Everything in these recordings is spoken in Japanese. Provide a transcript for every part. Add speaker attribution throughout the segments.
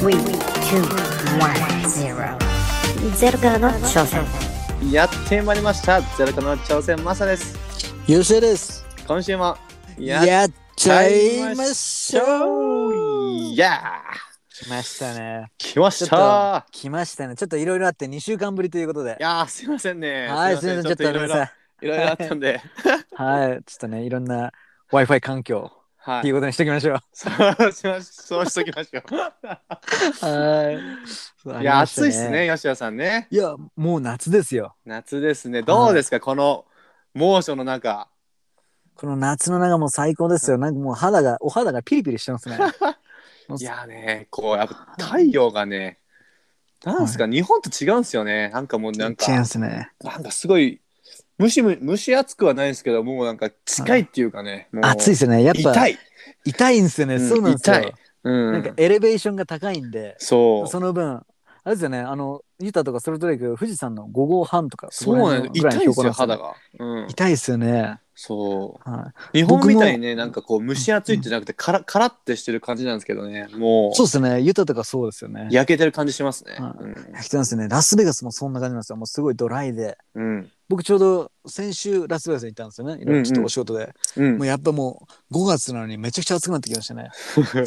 Speaker 1: three, two, one, zero. ゼロからの挑戦。
Speaker 2: やってまいりました。ゼロからの挑戦マサです。
Speaker 3: 優勢です。
Speaker 2: 今週もやっ
Speaker 3: やっちゃいましょう。
Speaker 2: いや
Speaker 3: 来ましたね。
Speaker 2: ー来ま
Speaker 3: ちょ
Speaker 2: し
Speaker 3: っと
Speaker 2: た。
Speaker 3: 来ましたね。ちょっといろいろあって二週間ぶりということで
Speaker 2: い。やーすいませんね。
Speaker 3: はい、すみません。ちょっとごめ
Speaker 2: いろ
Speaker 3: ん
Speaker 2: いろ
Speaker 3: なさい。
Speaker 2: いろいろあった んで。
Speaker 3: はい、ちょっとね、いろんな Wi-Fi 環境っ
Speaker 2: は
Speaker 3: てい
Speaker 2: い。
Speaker 3: うことにしておきましょう。
Speaker 2: そうしましそうしときましょう。
Speaker 3: はい そう。
Speaker 2: いや
Speaker 3: ありました
Speaker 2: 暑いっす。ね吉田さんね。
Speaker 3: いや、もう夏ですよ。
Speaker 2: 夏ですね。どうですかこの猛暑の中。
Speaker 3: この夏の中もう最高ですよ。なんかもう肌が、お肌がピリピリしてますね。もう
Speaker 2: いやーねこうやっぱ太陽がね。なんすか日本と違うんすよね。なんかもうなんか。
Speaker 3: 違いますね。
Speaker 2: なんかすごい蒸しむ蒸し暑くはないんですけどもうなんか近いっていうかね、もう
Speaker 3: 暑いですよね。やっぱ
Speaker 2: 痛い、
Speaker 3: 痛いんですよね。
Speaker 2: うん
Speaker 3: そうなんですよ。
Speaker 2: 痛いうん、
Speaker 3: なんかエレベーションが高いんで、
Speaker 2: そう
Speaker 3: その分、あれですよね、あの、ユタとかソルトレイク、富士山の5合半とか、
Speaker 2: そうなん
Speaker 3: こ
Speaker 2: で
Speaker 3: こ
Speaker 2: す
Speaker 3: ら
Speaker 2: 痛い
Speaker 3: 辺
Speaker 2: んで
Speaker 3: の
Speaker 2: す
Speaker 3: 標
Speaker 2: よ
Speaker 3: 高なんで
Speaker 2: 肌
Speaker 3: すよね
Speaker 2: が、うん、
Speaker 3: 痛いですよね。
Speaker 2: そ
Speaker 3: は
Speaker 2: う日本みたいにねなんかこう蒸し暑いってじゃなくてからからってしてる感じなんですけどねも
Speaker 3: い、そうで
Speaker 2: う
Speaker 3: すね、ユタとかそうですよね。
Speaker 2: 焼けてる感じしますね
Speaker 3: は来てますよね。ラスベガスもそんな感じなんですよ。もうすごいドライで。
Speaker 2: うん
Speaker 3: 僕ちょうど先週ラスベガスに行ったんですよね。いろいろちょっとお仕事で。
Speaker 2: うん、う
Speaker 3: も
Speaker 2: ん
Speaker 3: うやっぱもう5月なのにめちゃくちゃ暑くなってきましたね。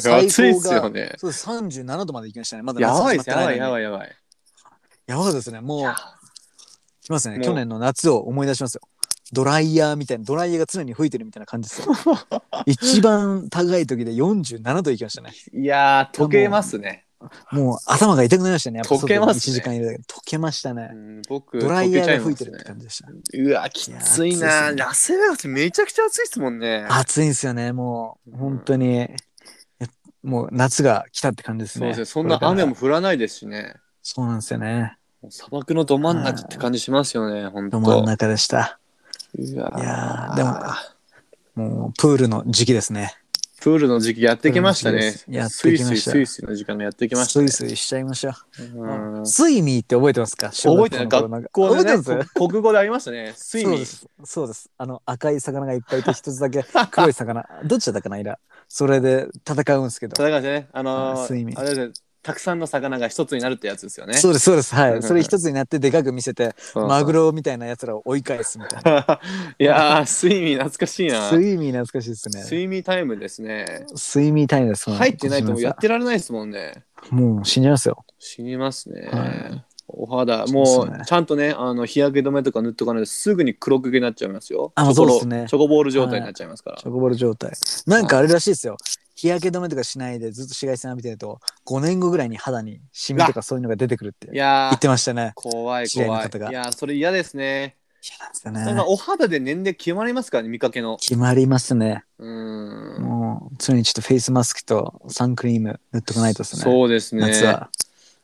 Speaker 3: 最 高が
Speaker 2: 暑いっすよね
Speaker 3: そうです、37度まで行きましたね。まだ
Speaker 2: や
Speaker 3: 夏
Speaker 2: ばい
Speaker 3: 始
Speaker 2: っ
Speaker 3: まってない
Speaker 2: すやば
Speaker 3: の
Speaker 2: い
Speaker 3: に
Speaker 2: やばいやばい
Speaker 3: やばかったですね。もう、来ますね。
Speaker 2: もう
Speaker 3: 去年の夏を思い出しますよ。ドライヤーみたいな、ドライヤーが常に吹いてるみたいな感じです よ。一番高い時で47度いきましたね。
Speaker 2: いやー溶けますね、
Speaker 3: もう頭が痛くなりましたね。やっぱ
Speaker 2: 溶けます
Speaker 3: 1
Speaker 2: ね
Speaker 3: 時間いるだけで。溶けましたね
Speaker 2: う。ん、僕
Speaker 3: ドラ
Speaker 2: 溶
Speaker 3: イ
Speaker 2: け
Speaker 3: ヤ
Speaker 2: ちゃ
Speaker 3: ー
Speaker 2: い
Speaker 3: が
Speaker 2: ま
Speaker 3: 吹いて
Speaker 2: す
Speaker 3: るっ
Speaker 2: ね
Speaker 3: て感じでした。
Speaker 2: うわ、きつい
Speaker 3: いや
Speaker 2: な。
Speaker 3: 暑いっすね
Speaker 2: ラスベガスめちゃくちゃ暑いっすもんね。
Speaker 3: 暑いんですよね。もう、
Speaker 2: うん
Speaker 3: 本当に。いやもう夏が来たって感じです
Speaker 2: そ
Speaker 3: ね。
Speaker 2: うですね。そんな雨も。降らないですしね。
Speaker 3: そうなんですよね。
Speaker 2: もう砂漠のど真ん中って感じしますよね、本当。
Speaker 3: ど真ん中でした。
Speaker 2: うわ
Speaker 3: いやーでももうプールの時期ですね。
Speaker 2: プールの時期やってきましたね。
Speaker 3: プールの時期ですやってきました
Speaker 2: スイスイスイスイの時間がやってきまし
Speaker 3: ス
Speaker 2: たね
Speaker 3: イ。スイしちゃいましょ
Speaker 2: う
Speaker 3: う。
Speaker 2: ん
Speaker 3: スイミーって覚えてますか
Speaker 2: 覚えてない
Speaker 3: 小学
Speaker 2: 学
Speaker 3: 校
Speaker 2: 校
Speaker 3: の頃
Speaker 2: で
Speaker 3: なん
Speaker 2: ね
Speaker 3: か覚えてます
Speaker 2: こ 国語でありましたね。スイ
Speaker 3: そう
Speaker 2: ミ
Speaker 3: で
Speaker 2: ー。
Speaker 3: す。そうです。あの赤い魚がいっぱいいて、一つだ け黒い魚。どっちだったかな、イラ。それで戦うんですけど。
Speaker 2: 戦いましたね。あの
Speaker 3: うんスイミ
Speaker 2: ー、
Speaker 3: ー
Speaker 2: あれですねたくさんの魚が一つになるってやつですよね。
Speaker 3: そうです、そうです。は
Speaker 2: うんうんう
Speaker 3: い。
Speaker 2: ん
Speaker 3: それ一つになってでかく見せて、
Speaker 2: そう
Speaker 3: マグ。ロみたいなやつらを追い返すみたい
Speaker 2: いやー、スイミー懐かしい
Speaker 3: な。
Speaker 2: な。
Speaker 3: スイミー懐かしいです
Speaker 2: ス
Speaker 3: ね。
Speaker 2: イミータイムですね。
Speaker 3: スイミータイムです。そう
Speaker 2: 入ってないともうやっ
Speaker 3: も
Speaker 2: てられないですもんね。
Speaker 3: うもう死んじゃいますよ。
Speaker 2: 死にますね。
Speaker 3: はい
Speaker 2: お肌
Speaker 3: そ
Speaker 2: も
Speaker 3: うです
Speaker 2: う
Speaker 3: ね
Speaker 2: ちゃんとねあの日焼け止めとか塗っとかないですぐに黒くになっちゃいますよ。
Speaker 3: あ
Speaker 2: チョコロ
Speaker 3: そうですね
Speaker 2: チョコボール状態になっちゃいますから。
Speaker 3: チョコボール状態。なんかあれらしいですよ。日焼け止めとかしないでずっと紫外線浴びてると、5年後ぐらいに肌にシミとかそういうのが出てくるって
Speaker 2: い
Speaker 3: 言
Speaker 2: や
Speaker 3: って
Speaker 2: ー
Speaker 3: ましたね。
Speaker 2: 怖い
Speaker 3: 知り合いの
Speaker 2: 怖い。
Speaker 3: 方が
Speaker 2: いやーそれ嫌ですね。
Speaker 3: 嫌なんですよ
Speaker 2: なんか
Speaker 3: ね。
Speaker 2: お肌で年齢決まりますからね見かけの。
Speaker 3: 決まりますね。
Speaker 2: うーん。
Speaker 3: もう常にちょっとフェイスマスクとサンクリーム塗っとかないとですね。
Speaker 2: そうですね。
Speaker 3: 夏は。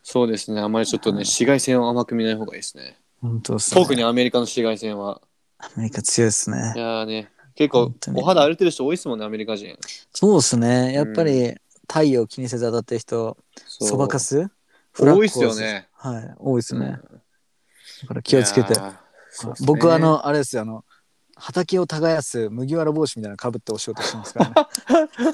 Speaker 2: そうですね。あまりちょっとね紫外線を甘く見ない方がいいですね。
Speaker 3: 本当ですね。
Speaker 2: 特にアメリカの紫外線は。
Speaker 3: アメリカ強いですね
Speaker 2: い。やーね結構
Speaker 3: 本当に
Speaker 2: お肌荒れてる人多いですもんねアメリカ人。
Speaker 3: そうですね。やっぱり太陽気にせず当たってる人、
Speaker 2: そう
Speaker 3: そばかす
Speaker 2: 多いっすよ。ね。
Speaker 3: フラッコーズはい、多いです
Speaker 2: う
Speaker 3: ね
Speaker 2: ん。
Speaker 3: だから気をつけて
Speaker 2: い。やー。そうっすね
Speaker 3: 僕はあの、あれですよ、あの、畑を耕す麦わら帽子みたいなのかぶってお仕事してますからね。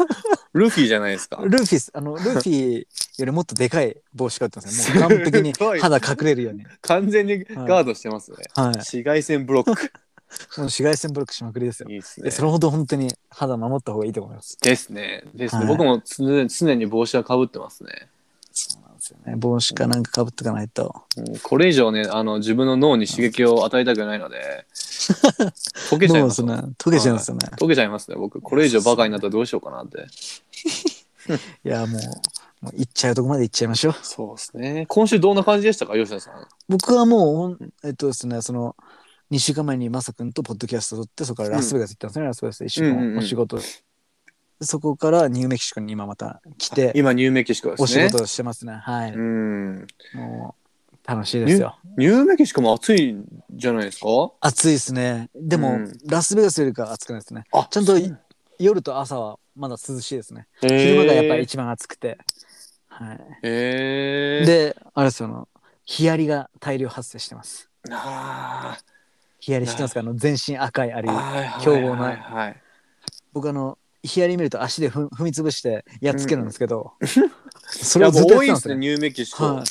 Speaker 2: ルフィじゃないですか。
Speaker 3: ルフィス、あの、ルフィよりもっとでかい帽子かぶってますね。もう完璧に
Speaker 2: すごい
Speaker 3: 肌隠れるように。はい。
Speaker 2: 完全にガードしてますね。
Speaker 3: もう
Speaker 2: 紫外線ブロッ ク。
Speaker 3: 紫外線ブロックしまくりですよ。
Speaker 2: いいです
Speaker 3: え
Speaker 2: ね。
Speaker 3: それほど本当に肌守った方がいいと思います。
Speaker 2: ですね。ですね。
Speaker 3: はい
Speaker 2: 僕も常常に帽子はかぶってますね。
Speaker 3: そうなんですよね。帽子かなんかかぶってかないと。
Speaker 2: うんこれ以上ね、あの自分の脳に刺激を与えたくないの で、溶けちゃい
Speaker 3: もう
Speaker 2: ます
Speaker 3: そ
Speaker 2: ね。
Speaker 3: の溶けちゃうんですよね。
Speaker 2: 溶けちゃいますね。僕、これ以上バカになったらどうしようかなって。
Speaker 3: いや、もう、もう行っちゃうとこまで行っちゃいましょう。
Speaker 2: そうですね。今週どんな感じでしたか、吉田さん。
Speaker 3: 僕はもうほん、えっとですね、その、2週間前にマサ君とポッドキャスト撮って、そこからラスベガス行ったんですね、ラスベガスで1週
Speaker 2: うんうんうん
Speaker 3: 間お仕事。そこからニューメキシコに今また来て、
Speaker 2: 今、ニューメキシコですね。
Speaker 3: お仕事をしてますね。はい。
Speaker 2: うん。
Speaker 3: もう、楽しいですよ。
Speaker 2: ニューメキシコも暑いんじゃないですか
Speaker 3: 暑いですね。でも、
Speaker 2: うん
Speaker 3: ラスベガスよりかは暑くないですね。
Speaker 2: あ
Speaker 3: ちゃんとい夜と朝はまだ涼しいですね。
Speaker 2: 昼
Speaker 3: 昼間がやっぱり一番暑くて。はい。
Speaker 2: えー、
Speaker 3: で、あれですよ、あの、ヒアリが大量発生してます。
Speaker 2: あー
Speaker 3: ヒアリ知ってますかあの全身赤いアリ。
Speaker 2: はいはい
Speaker 3: 強豪の
Speaker 2: はいはい。
Speaker 3: 僕あの、ヒアリ見ると足でふん踏みつぶしてやっつけるんですけど、それ
Speaker 2: や
Speaker 3: を
Speaker 2: っぱ
Speaker 3: ずっとやっ
Speaker 2: 多
Speaker 3: てたん
Speaker 2: いで
Speaker 3: ですす
Speaker 2: ね、
Speaker 3: よね。
Speaker 2: ニューメキシコ。
Speaker 3: はい、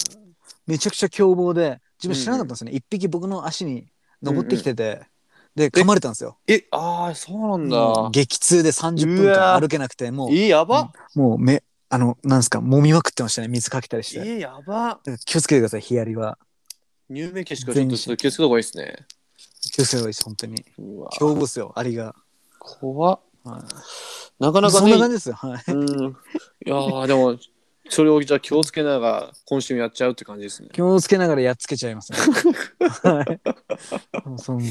Speaker 3: めちゃくちゃ凶暴で自分知らなかったんですね、一匹僕の足に登ってきてて、で噛まれたんですよ、
Speaker 2: え、ああ、そうなん
Speaker 3: うん
Speaker 2: だ。
Speaker 3: 激痛で30分
Speaker 2: うわ
Speaker 3: 間
Speaker 2: ー
Speaker 3: 歩けなくてもう
Speaker 2: え、やば。
Speaker 3: もう目あのなんですか揉みまくってましたね水かけたりして、だか
Speaker 2: え、やば。
Speaker 3: ら気をつけてくださいヒアリは
Speaker 2: ニューメキシコちょっとちょっと気をつけた方がいいですね。
Speaker 3: 気をつけた方がいいです本当に
Speaker 2: うわ、
Speaker 3: 凶暴ですよアリが、
Speaker 2: 怖っ。
Speaker 3: は、
Speaker 2: なかないか
Speaker 3: そん
Speaker 2: ね
Speaker 3: な、感じですよはい
Speaker 2: うん。いやー、でも、それをじゃあ気をつけながら、今週もやっちゃうって感じですね。
Speaker 3: 気をつけながらやっつけちゃい ますねはいその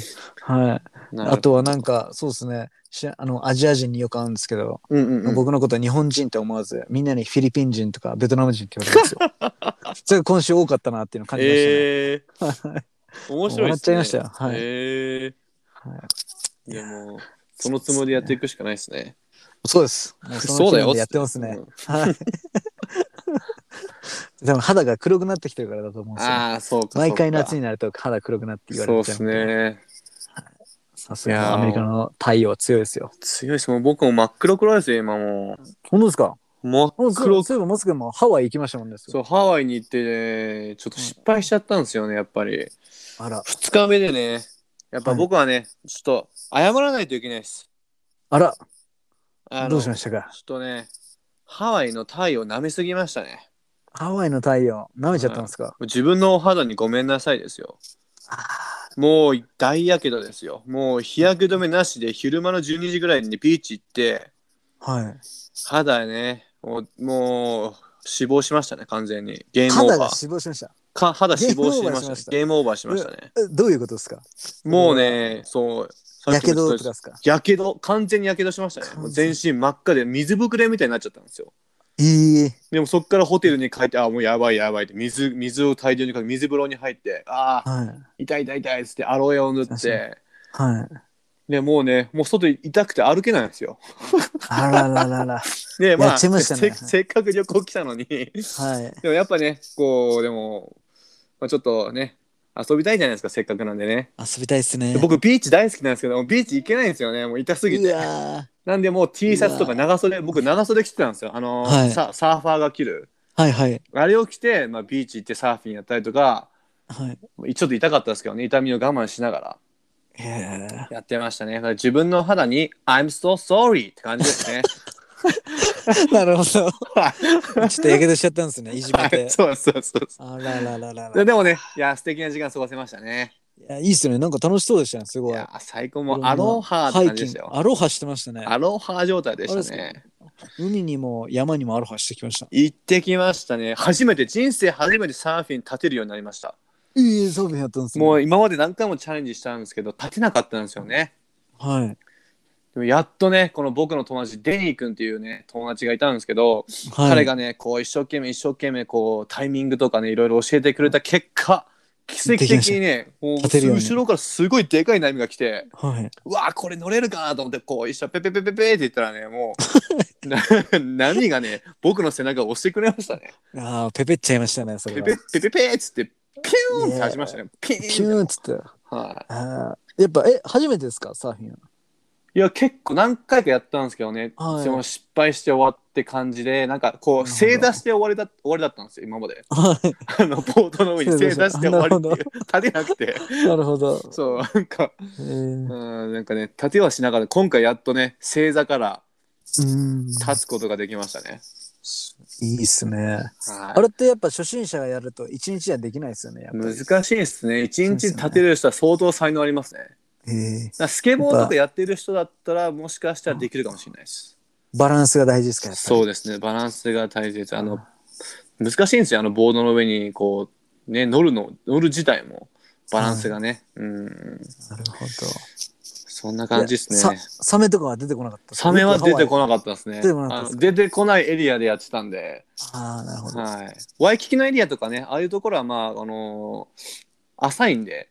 Speaker 3: はい
Speaker 2: なるほ
Speaker 3: あ
Speaker 2: ど
Speaker 3: とはなんかそうですねしあのアジア人によく会うんですけど、
Speaker 2: うんうんうん、
Speaker 3: 僕のことは日本人って思わずみんなにフィリピン人とかベトナム人って言われるん ですよそれが今週多かったなっていうのを感じましたね、
Speaker 2: えー、面白いですね。
Speaker 3: 笑っちゃいましたよはい
Speaker 2: え
Speaker 3: はい
Speaker 2: ー、いやもう、そのつもりでやっていくしかないですね。
Speaker 3: そうですもうその
Speaker 2: そうだ
Speaker 3: 気
Speaker 2: よ
Speaker 3: 分でやってますね
Speaker 2: うん
Speaker 3: はい。 でも肌が黒くなってきてるからだと思うんですよ。
Speaker 2: ああ、そうか。
Speaker 3: 毎回夏
Speaker 2: に
Speaker 3: になると肌黒くなって言わ
Speaker 2: そう
Speaker 3: れ
Speaker 2: で
Speaker 3: ちゃう。
Speaker 2: す。ね。
Speaker 3: さすが
Speaker 2: いやー
Speaker 3: アメリカの太陽は強いですよ。
Speaker 2: 強いです。もう僕も真っ黒黒ですよ、今も
Speaker 3: 本当ですか
Speaker 2: う。真
Speaker 3: そう
Speaker 2: っ黒。
Speaker 3: そういえばマス君もハワイ行きましたもんね。
Speaker 2: そう、ハワイに行ってね、ちょっと失敗しちゃったんですよね、やっぱり。
Speaker 3: あら、
Speaker 2: 2日目でね、やっぱ僕はね、ちょっと謝らないといけないです。
Speaker 3: あら、
Speaker 2: あの
Speaker 3: どうしましたか
Speaker 2: ちょっとね、ハワイの太陽舐めすぎましたね。
Speaker 3: ハワイの太陽、舐めちゃったんですか、
Speaker 2: 自分のお肌にごめんなさいですよ。もう大やけどですよ。もう日焼け止めなしで昼間の12時ぐらいにビーチ行って、
Speaker 3: はい。
Speaker 2: 肌ね、もうもう死亡しましたね、完全に。ゲームオ
Speaker 3: 肌
Speaker 2: ーバ
Speaker 3: が
Speaker 2: ー。
Speaker 3: 死亡しました。
Speaker 2: か肌死亡してました,、ね、
Speaker 3: ゲ
Speaker 2: ゲームオーバーしましたね。
Speaker 3: えどういうことですか
Speaker 2: もうね、そう。さ
Speaker 3: や
Speaker 2: っき
Speaker 3: け
Speaker 2: も
Speaker 3: ど
Speaker 2: 言っ
Speaker 3: と
Speaker 2: た
Speaker 3: か
Speaker 2: 通り
Speaker 3: ですか
Speaker 2: やけど、完全にやけどしましたね。もう全身真っ赤で水ぶくれみたいになっちゃったんですよ。
Speaker 3: いい。
Speaker 2: でもそっからホテルに帰って、あもうやばいやばいって、水水を大量にかけ水風呂に入って、ああ、
Speaker 3: はい。
Speaker 2: 痛い痛い痛いっつって、アロエを塗っ
Speaker 3: 確か
Speaker 2: て、
Speaker 3: はい。
Speaker 2: でもうね、もう外痛くて歩けないんですよ。
Speaker 3: あらららら。
Speaker 2: で、ま
Speaker 3: や
Speaker 2: あ、
Speaker 3: っちゃいましたね
Speaker 2: せせっかく旅行来たのに、 で
Speaker 3: はい。
Speaker 2: もやっぱね、こう、でも、まあ、ちょっとね、遊びたいじゃないですか、せっかくなんでね。
Speaker 3: 遊びたいですね。
Speaker 2: で僕、ビーチ大好きなんですけど、ビーチ行けないんですよね、もう痛すぎ
Speaker 3: う
Speaker 2: て。
Speaker 3: わー
Speaker 2: なんで、もう T シャツとか長袖、僕、長袖着てたんですよ。あのー
Speaker 3: はい
Speaker 2: ササーファーが着る。
Speaker 3: はいはい。
Speaker 2: あれを着て、まあ、ビーチ行ってサーフィンやったりとか、
Speaker 3: はい。
Speaker 2: ちょっと痛かったですけどね痛みを我慢しながら
Speaker 3: へえ。
Speaker 2: やってましたねだから自分の肌に「I'm so sorry」って感じです ね
Speaker 3: な るほど。ちょ
Speaker 2: は
Speaker 3: っとやけどしちゃったんですね、いじ め
Speaker 2: い
Speaker 3: て。
Speaker 2: そうそうそうそ
Speaker 3: あらららら
Speaker 2: うで
Speaker 3: ら。
Speaker 2: でもねいや素敵な時間過ごせましたね
Speaker 3: いや、いいっすね。なんか楽しそうでしたね、す
Speaker 2: い
Speaker 3: ごい。
Speaker 2: や最高もうアロハって
Speaker 3: ハイ
Speaker 2: 感
Speaker 3: キ
Speaker 2: じで
Speaker 3: ン
Speaker 2: した
Speaker 3: グ。
Speaker 2: よ
Speaker 3: アロハしてましたね。
Speaker 2: アロハ状態でした
Speaker 3: あれで
Speaker 2: ね
Speaker 3: 海にも山にもアロハしてきました。
Speaker 2: 行ってきましたね初めて人生初めてサーフィン立てるようになりました
Speaker 3: いい装備やったんですね。
Speaker 2: もう今まで何回もチャレンジしたんですけど立てなかったんですよね
Speaker 3: はい。
Speaker 2: でもやっとねこの僕の友達デニー君っていうね友達がいたんですけど
Speaker 3: はい、
Speaker 2: 彼がねこう一生懸命一生懸命こうタイミングとかねいろいろ教えてくれた結果奇跡的にねもう
Speaker 3: 立てるように
Speaker 2: 後ろからすごいでかい波が来て
Speaker 3: はい。
Speaker 2: うわあこれ乗れるかなと思ってこう一緒ペペペペペって言ったらねも うな波がね僕の背中を押してくれましたね
Speaker 3: ああ、ペペっちゃいましたね、それ
Speaker 2: ペ
Speaker 3: は。
Speaker 2: ペペペペっつってピューンって始めましたねピ
Speaker 3: ピ
Speaker 2: ーン
Speaker 3: ューンっつって。
Speaker 2: は
Speaker 3: あーやっぱ、え、初めてですか、サーフィンは。
Speaker 2: い、いや結構何回かやったんですけどね、
Speaker 3: はい
Speaker 2: でも失敗して終わって感じでなんか
Speaker 3: な
Speaker 2: こう
Speaker 3: るほど
Speaker 2: 正座して終わりだ終わりだったんですよ今ま で
Speaker 3: は
Speaker 2: あのボードの上に正座して終わりっていう立てなくて
Speaker 3: い。 なるほ ど。
Speaker 2: そうなんか
Speaker 3: えー
Speaker 2: う
Speaker 3: うん
Speaker 2: なんかね立てはしながら今回やっとね正座から
Speaker 3: ーん。
Speaker 2: 立つことができましたね。
Speaker 3: いいっすね。あ
Speaker 2: はい
Speaker 3: れってやっぱ初心者がやると一日じゃできないですよね。やっぱり
Speaker 2: 難しいですね。一日立てる人は相当才能ありますね。だか
Speaker 3: えー
Speaker 2: らスケボーとかやってる人だったらもしかしたらできるかもしれないです。
Speaker 3: バランスが大事ですから。。
Speaker 2: そううですね。バランスが大切。あの難しいんですよ。あのボードの上にこうね乗るの乗る自体もバランスがね。うん
Speaker 3: なるほど。
Speaker 2: そんな感じです
Speaker 3: さ
Speaker 2: ね。
Speaker 3: サメとかは出てこなかった。
Speaker 2: サメは出てこなかったですね。
Speaker 3: 出てこなかったで
Speaker 2: あ
Speaker 3: す
Speaker 2: の出てこないエリアでやってたんで、
Speaker 3: ああ、なるほど。
Speaker 2: はい、ワイキキのエリアとかね、ああいうところはまあ、あのー浅いんで、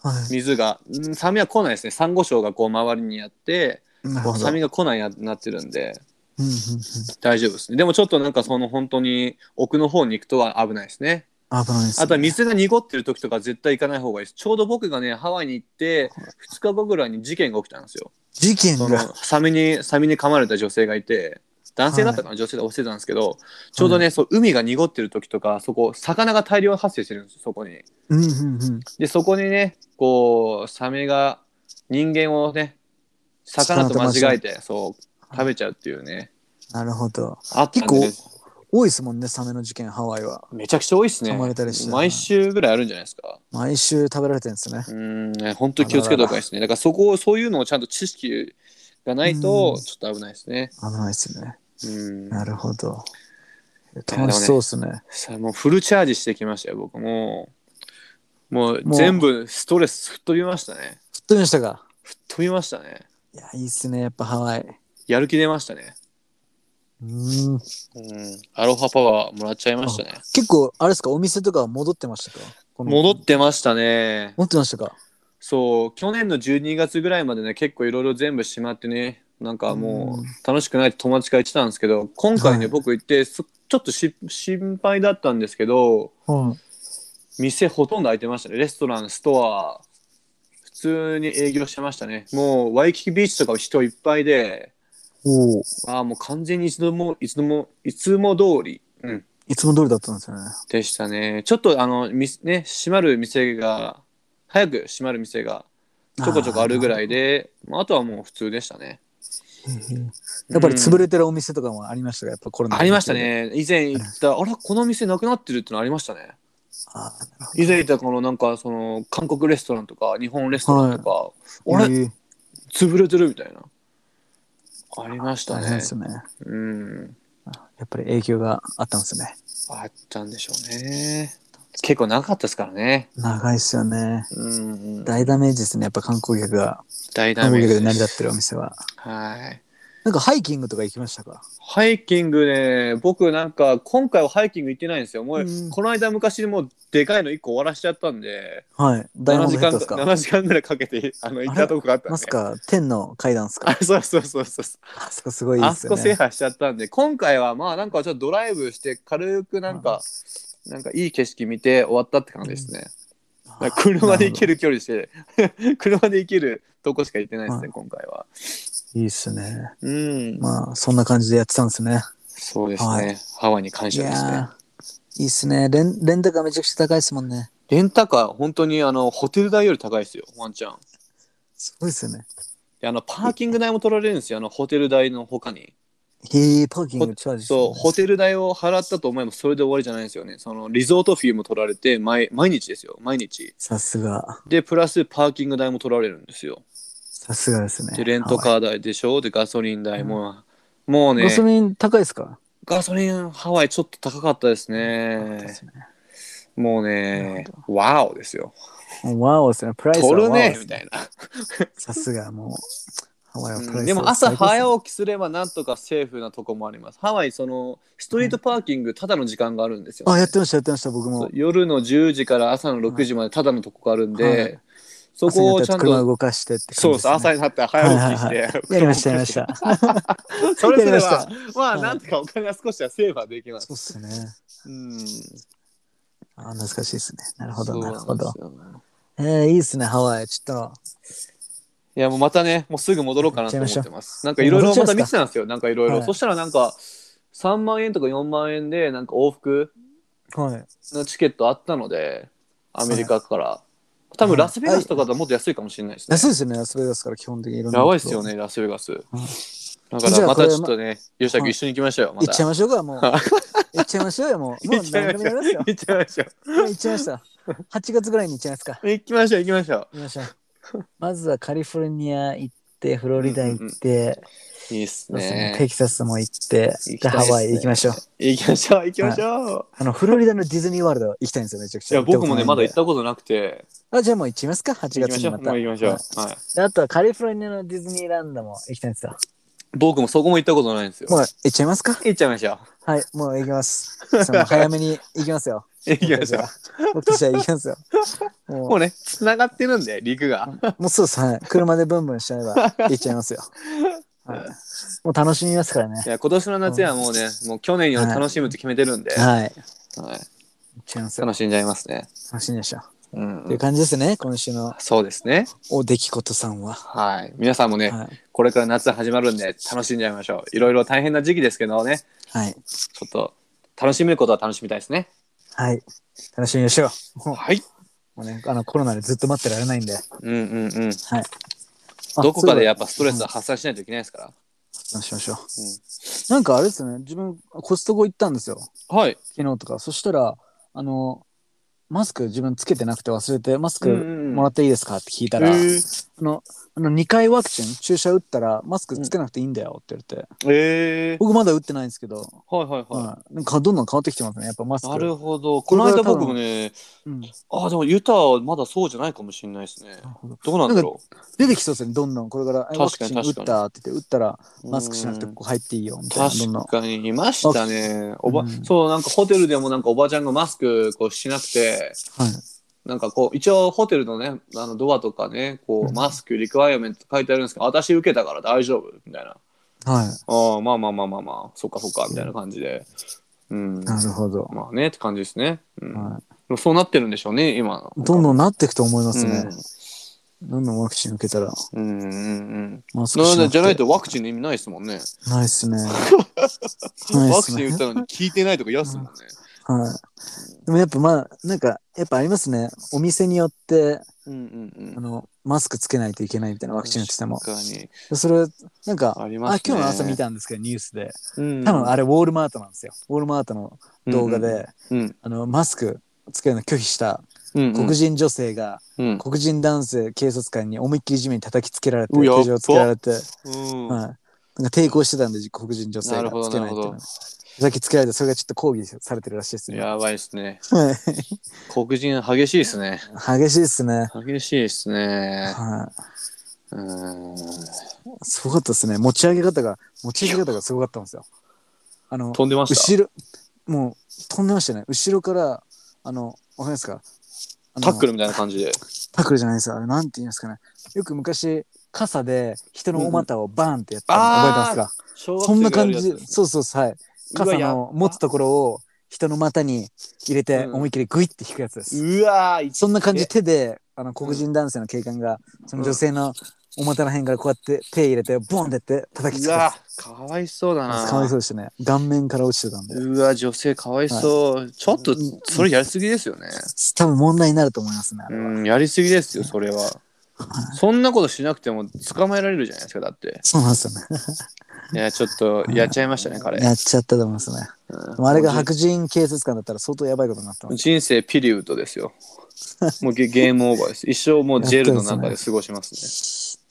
Speaker 3: はい。
Speaker 2: 水が、うんサメは来ないですね。サンゴ礁がこう周りにやって、
Speaker 3: なる
Speaker 2: こう
Speaker 3: ほど。
Speaker 2: サメが来ないななってるんで、
Speaker 3: うんうんうん
Speaker 2: 大丈夫ですね。でもちょっとなんかその本当に奥の方に行くとは危ないですね。
Speaker 3: 危ないですね。
Speaker 2: あとは水が濁ってる時とか絶対行かない方がいいです。ちょうど僕がね、ハワイに行って、2日後ぐらいに事件が起きたんですよ。
Speaker 3: 事件
Speaker 2: そ
Speaker 3: が。
Speaker 2: のサメに、サメに噛まれた女性がいて、男性だったかな、女性だ忘れたんですけどちょうどね、そう海が濁ってる時とかそこ魚が大量発生してるんですよそこに。
Speaker 3: うんうんうん。
Speaker 2: でそこにねこうサメが人間をね魚と間違えてそう食べちゃうっていうね
Speaker 3: なるほど。
Speaker 2: あったんでね
Speaker 3: 結多いですもんね、サメの事件、ハワイは。
Speaker 2: めちゃくちゃ多いっすね
Speaker 3: 噛まれたりしてね
Speaker 2: 毎週ぐらいあるんじゃないですか
Speaker 3: 毎週食べられてるんですね。
Speaker 2: うーんね本当に気をつけた方がいいですねだからそこをそういうのをちゃんと知識がないと
Speaker 3: うん
Speaker 2: ちょっと危ないですね
Speaker 3: 危ないですね。
Speaker 2: うん
Speaker 3: なるほど。
Speaker 2: でもね
Speaker 3: 楽しそうですね。
Speaker 2: さあもうフルチャージしてきましたよ僕もうもう
Speaker 3: もう
Speaker 2: 全部ストレス吹っ飛びましたね
Speaker 3: 吹っ飛びましたか
Speaker 2: 飛びましたね
Speaker 3: いや、いいっすね、やっぱハワイ。
Speaker 2: やる気出ましたね
Speaker 3: うーん
Speaker 2: うんアロハパワーもらっちゃいましたね
Speaker 3: 結構、あれですか、お店とかは戻ってましたかこの
Speaker 2: 戻ってましたね
Speaker 3: 戻ってましたか
Speaker 2: そう去年の12月ぐらいまでね結構いろいろ全部しまってねなんかも
Speaker 3: うん
Speaker 2: う楽しくないって友達が言ってたんですけど今回ね、
Speaker 3: はい
Speaker 2: 僕行ってそちょっとし心配だったんですけど
Speaker 3: うん。
Speaker 2: 店ほとんど開いてましたねレストランストア普通に営業してましたねもうワイキキビーチとか人いっぱいで
Speaker 3: おお。
Speaker 2: ああもう完全にいつももいつもいつも通り、うん、
Speaker 3: いつも通りだったんですよね。
Speaker 2: でしたねちょっとあのみね閉まる店が早く閉まる店がちょこちょこあるぐらいでああとはもう普通でしたね
Speaker 3: あー。へーやっぱり潰れてるお店とかもありましたかやっぱコロナの
Speaker 2: ありました。ね以前行ったあらこの店なくなってるってのありましたね
Speaker 3: あーなるほ
Speaker 2: 以前行ったこのなんかその韓国レストランとか日本レストランとか、
Speaker 3: ど
Speaker 2: あれ
Speaker 3: へー
Speaker 2: 潰れてるみたいなありました
Speaker 3: あれ
Speaker 2: ね
Speaker 3: ですよね。
Speaker 2: うん
Speaker 3: やっぱり影響があったんですね。
Speaker 2: あったんでしょうね結構長かったですからね
Speaker 3: 長いっすよね。
Speaker 2: うんうん
Speaker 3: 大ダメージですね。やっぱ観光客が、
Speaker 2: 大ダ
Speaker 3: 観
Speaker 2: メー
Speaker 3: 光
Speaker 2: ジ
Speaker 3: 客
Speaker 2: で
Speaker 3: です成り立ってるお店は。
Speaker 2: はい
Speaker 3: なんかハイキングとか行きましたか
Speaker 2: ハイキングね僕なんか今回はハイキング行ってないんですよもう、
Speaker 3: うん
Speaker 2: この間昔もうでかいの1個終わらしちゃったんで
Speaker 3: はい。ダイヤ
Speaker 2: 7
Speaker 3: モン
Speaker 2: 時
Speaker 3: ドヘッ
Speaker 2: 間
Speaker 3: ドですか
Speaker 2: 7時間ぐらいかけ てあの行ったとこがあったん
Speaker 3: ま
Speaker 2: です
Speaker 3: か天の階段ですか
Speaker 2: あそうそうそうそうそう
Speaker 3: あそこすごいで
Speaker 2: あ
Speaker 3: す
Speaker 2: そ
Speaker 3: よ
Speaker 2: こ制
Speaker 3: ね。
Speaker 2: 覇しちゃったんで今回はまあなんかちょっとドライブして軽くなんか、なんかいい景色見て終わったって感じですね、だから車で行け
Speaker 3: る。
Speaker 2: る距離して車で行けるとこしか行ってないですね、
Speaker 3: う
Speaker 2: 今回はい
Speaker 3: いですね。
Speaker 2: うん、
Speaker 3: まあそんな感じでやってたんですね。
Speaker 2: そうですね、
Speaker 3: はい
Speaker 2: ハワイに感
Speaker 3: い
Speaker 2: 謝ですね
Speaker 3: やーいいっすね。レンレンタカーめちゃくちゃ高いですもんね。
Speaker 2: レンタカー本当にあのホテル代より高いですよワンちゃん
Speaker 3: すごいですよね。
Speaker 2: であのパーキング代も取られるんですよあのホテル代の他に
Speaker 3: へえ、パーキングチャージしてるん
Speaker 2: そう
Speaker 3: ですね
Speaker 2: ホテル代を払ったと思えばそれで終わりじゃないんですよねそのリゾートフィーも取られて毎毎日ですよ毎日
Speaker 3: さすが。
Speaker 2: でプラスパーキング代も取られるんですよ
Speaker 3: さすがですね。
Speaker 2: でレント
Speaker 3: ー。
Speaker 2: カー代でしょでガソリン代も、もうね
Speaker 3: ガソリン高いですか
Speaker 2: ガソリンハワイちょっと高かったですねもうねワオですよ
Speaker 3: もうワオですね。プライスは
Speaker 2: 取
Speaker 3: ワ
Speaker 2: る
Speaker 3: オ
Speaker 2: ね
Speaker 3: っす
Speaker 2: みたいな
Speaker 3: さすがもう。ハワイはプライス
Speaker 2: う
Speaker 3: は
Speaker 2: んでも朝
Speaker 3: 最高っすね
Speaker 2: 早起きすればなんとかセーフなとこもあります。ハワイそのストリートパーキングただの時間があるんですよ、
Speaker 3: あ、やってました、やってました、僕
Speaker 2: そう
Speaker 3: も。
Speaker 2: 夜の10時から朝の6時までただのとこがあるんで、
Speaker 3: はい
Speaker 2: そこをちゃ
Speaker 3: 朝になったら車
Speaker 2: んと
Speaker 3: 動かしてって感じですね
Speaker 2: そうです朝になったら早起きして、
Speaker 3: はいやりました、やりました。
Speaker 2: それすれ
Speaker 3: や
Speaker 2: ば
Speaker 3: り
Speaker 2: まあ
Speaker 3: はい
Speaker 2: なんとかお金は少しはセーフはできます
Speaker 3: そうっすね。
Speaker 2: うん
Speaker 3: あ、懐かしいですね。なるほど、
Speaker 2: そう
Speaker 3: なる
Speaker 2: な
Speaker 3: ほ
Speaker 2: んで
Speaker 3: ど
Speaker 2: す。よ
Speaker 3: えー、いいっすね、ハワイ。ちょっ
Speaker 2: いやもうまたねもうすぐ戻ろうかなと思ってますなんかいろいろ
Speaker 3: 戻っ
Speaker 2: ま
Speaker 3: ちゃ
Speaker 2: た
Speaker 3: いま
Speaker 2: 見
Speaker 3: す
Speaker 2: てたんですよなんかいろいろ、
Speaker 3: はい
Speaker 2: そしたらなんか3万円とか4万円でなんか往復
Speaker 3: と、はい。
Speaker 2: のチケットあったのでアメリカから多分ラスベガスとかだともっと安いかもしれないですね、
Speaker 3: 安いですよね、ラスベガスから基本的にいろんな。
Speaker 2: やばいっすよ。ねラスベガス、だか
Speaker 3: じゃ
Speaker 2: ら
Speaker 3: あ
Speaker 2: ま
Speaker 3: これ
Speaker 2: たちょっとね吉田君一緒に行きましょうよま
Speaker 3: 行っちゃい
Speaker 2: た
Speaker 3: ましょうか、も う。行っちゃいましょうよ、もう。もう
Speaker 2: 行
Speaker 3: 何
Speaker 2: っち
Speaker 3: で
Speaker 2: ゃいま
Speaker 3: もやりま
Speaker 2: しょう
Speaker 3: すよ。
Speaker 2: 行っちゃいましょ
Speaker 3: もう行っちゃいました。8月ぐらいに行っちゃいますか。
Speaker 2: う行きましょう行きましょ
Speaker 3: 行きましょう。 まずはカリフォルニア行って、フロリダ行って、
Speaker 2: ういいっす
Speaker 3: そうですね
Speaker 2: ね
Speaker 3: テキサスも行って
Speaker 2: 行きたいっすね、
Speaker 3: で、ハワイ行きましょう。
Speaker 2: 行きましょう行きましょう、い
Speaker 3: あの、フロリダのディズニーワールド行きたいんですよ、めちゃくちゃ。
Speaker 2: や僕もねまだ行ったたことなくて
Speaker 3: ことないんで。あ、じゃあもう行っちゃいますか、8
Speaker 2: 行きま
Speaker 3: 月
Speaker 2: し
Speaker 3: に
Speaker 2: ょう
Speaker 3: ま
Speaker 2: も
Speaker 3: た。
Speaker 2: う行きま
Speaker 3: は
Speaker 2: しょう、はい、
Speaker 3: いであとはカリフォルニアのディズニーランドも行きたいんですよ。
Speaker 2: 僕もそこも行ったことないんですよ
Speaker 3: もう行っちゃいますか
Speaker 2: 行っちゃいましょ
Speaker 3: はい、もう行き ます。その早めに行きますよ。
Speaker 2: う行きましょう
Speaker 3: 僕たちは行きます よ。も
Speaker 2: もうねつながってるんで陸が
Speaker 3: う、もうそうです。はい。車でブンブンしちゃえば行っちゃいます よ。はい、もう楽しみますからね
Speaker 2: い。や今年の夏はもうねもう去年より楽しむって決めてるんで、
Speaker 3: はい。行っ
Speaker 2: はい
Speaker 3: ちゃいますよ。
Speaker 2: 楽しんじゃいますね。
Speaker 3: 楽しみましょう。
Speaker 2: うん
Speaker 3: という感じですね、今週の
Speaker 2: そうですね。
Speaker 3: おできことさんは。
Speaker 2: はい。皆さんもね、
Speaker 3: はい。
Speaker 2: これから夏始まるんで楽しんじゃいましょう。いろいろ大変な時期ですけどね、
Speaker 3: はい。
Speaker 2: ちょっと楽しめることは楽しみたいですね。
Speaker 3: はい。楽しみにしよう。も
Speaker 2: はい。
Speaker 3: うもうね、あのコロナでずっと待ってられないんで。
Speaker 2: うんうんうん。
Speaker 3: はい。
Speaker 2: どこかでやっぱストレス
Speaker 3: だ
Speaker 2: は発散しないといけないですから。
Speaker 3: しましょう。なんかあれですね、自分コストコ行ったんですよ。
Speaker 2: うん、はい。
Speaker 3: 昨日とか。そしたら、あの、マスク自分つけてなくて忘れて、マス
Speaker 2: うん
Speaker 3: ク
Speaker 2: うん
Speaker 3: もらっていいですかって聞いたら、
Speaker 2: へ
Speaker 3: あの、あの2回ワクチン、注射打ったらマスクつけなくていいんだよって言われて、
Speaker 2: えー。
Speaker 3: 僕まだ打ってないんですけど、
Speaker 2: はいはいはい。
Speaker 3: はい、なんかどんどん変わってきてますね、やっぱマスク。
Speaker 2: なるほ
Speaker 3: こ
Speaker 2: ど。こ
Speaker 3: れ
Speaker 2: の
Speaker 3: から
Speaker 2: 間僕もね、
Speaker 3: うん
Speaker 2: ああ、でもユタはまだそうじゃないかもしれないですね。
Speaker 3: なるほど
Speaker 2: どうなんだろ
Speaker 3: 出てきそうですね、どんどんこれから、えワク
Speaker 2: 確か
Speaker 3: チ
Speaker 2: に
Speaker 3: ン打ったって言って、打ったら
Speaker 2: う。
Speaker 3: マスクしなくてここ入っていいよみたいな、どんどん
Speaker 2: 確。かにいましたね。おば、
Speaker 3: うん
Speaker 2: そう、なんかホテルでもなんかおばちゃんがマスクこうしなくて、
Speaker 3: はい
Speaker 2: なんかこう、一応ホテルのね、あのドアとかね、こ
Speaker 3: う
Speaker 2: う、
Speaker 3: ん
Speaker 2: マスクリクワイアメント書いてあるんですけど、私受けたから大丈夫みたいな。
Speaker 3: はい。
Speaker 2: ああ、まあまあまあまあまあ、そっかそっか、みたいな感じで。うん。
Speaker 3: なるほど。
Speaker 2: まあね、って感じですね。うん。
Speaker 3: は
Speaker 2: でもそうなってるんでしょうね、今。
Speaker 3: い、どんどんなっていくと思いま
Speaker 2: う
Speaker 3: すね
Speaker 2: ん。
Speaker 3: どんどんワクチン受けたら、
Speaker 2: うんうんうん。
Speaker 3: マスク
Speaker 2: な
Speaker 3: し
Speaker 2: んで
Speaker 3: な
Speaker 2: じゃない
Speaker 3: くて
Speaker 2: とワクチンの意味ないですもんね。
Speaker 3: ないっす ね。ないっ
Speaker 2: ワク
Speaker 3: す
Speaker 2: チン
Speaker 3: ね
Speaker 2: 打っ。たのに聞いてないとか嫌っすもんね。
Speaker 3: はい。でもやっぱまあ、なんか、やっぱありますね。お店によって、
Speaker 2: うんうんう
Speaker 3: あ
Speaker 2: ん。
Speaker 3: の、マスクつけないといけないみたいな ワクチン打ってても。
Speaker 2: 確かに。
Speaker 3: それ、なんか、
Speaker 2: ありますね
Speaker 3: 今日の朝見たんですけど、ニュースで。
Speaker 2: うん
Speaker 3: 多分あれ、ウォールマートなんですよ。ウォールマートの動画で、
Speaker 2: うんうん
Speaker 3: あの、マスクつけるの拒否した
Speaker 2: うんうん
Speaker 3: 黒人女性が、
Speaker 2: うん
Speaker 3: 黒人男性警察官に思いっきり地面に叩きつけられて、
Speaker 2: うや
Speaker 3: 手錠つけられて、はい。
Speaker 2: うん
Speaker 3: なんか抵抗してたんで、黒人女性
Speaker 2: なるほ
Speaker 3: が
Speaker 2: ど
Speaker 3: つけないっていう
Speaker 2: な
Speaker 3: の
Speaker 2: る
Speaker 3: さっきつけられて、それがちょっと抗議されてるらしいですね。
Speaker 2: やばいですね。
Speaker 3: はい
Speaker 2: 黒人激しいですね。
Speaker 3: 激しいですね。
Speaker 2: 激しいですね。
Speaker 3: はい。
Speaker 2: うーん。
Speaker 3: すごかったですね。持ち上げ方が、持ち上げ方がすごかったんですよ。あの、
Speaker 2: 飛んでました。
Speaker 3: 後ろ、もう飛んでましたね。後ろから、あの、わかりますかあの
Speaker 2: タックルみたいな感じで。
Speaker 3: タックルじゃないですよ。あれ、なんて言うんですかね。よく昔、傘で人のお股をバーンってやったの、
Speaker 2: うんうん
Speaker 3: 覚えてますか
Speaker 2: 小学
Speaker 3: そん
Speaker 2: 生
Speaker 3: な
Speaker 2: がや
Speaker 3: 感
Speaker 2: るやつ
Speaker 3: じ。そうそうそう、はい。傘
Speaker 2: うわや
Speaker 3: の持つところを人の股に入れて、
Speaker 2: うん
Speaker 3: 思いっきりグイって引くやつです。
Speaker 2: うわー
Speaker 3: そんな感じ
Speaker 2: え
Speaker 3: 手であの黒人男性の警官が、その女性のお股らへんからこうやって手入れてボンってやって叩きつ
Speaker 2: う
Speaker 3: けた
Speaker 2: わかわいそうだな。
Speaker 3: かわいそうでしたね顔面から落ちてたんで
Speaker 2: うわ女性かわいそう、ちょっとそれやりすぎですよね
Speaker 3: 多分問題になると思いますねあれは、
Speaker 2: うんやりすぎですよそれはそんなことしなくても捕まえられるじゃないですかだって
Speaker 3: そうなんですよね
Speaker 2: いやちょっとやっちゃいましたね彼、
Speaker 3: やっちゃったと思いますね
Speaker 2: うん
Speaker 3: でもあれが白人警察官だったら相当やばいことになってます
Speaker 2: 人生ピリウッドですよもうゲゲームオーバーです一生もうジェルの中で過ごしますね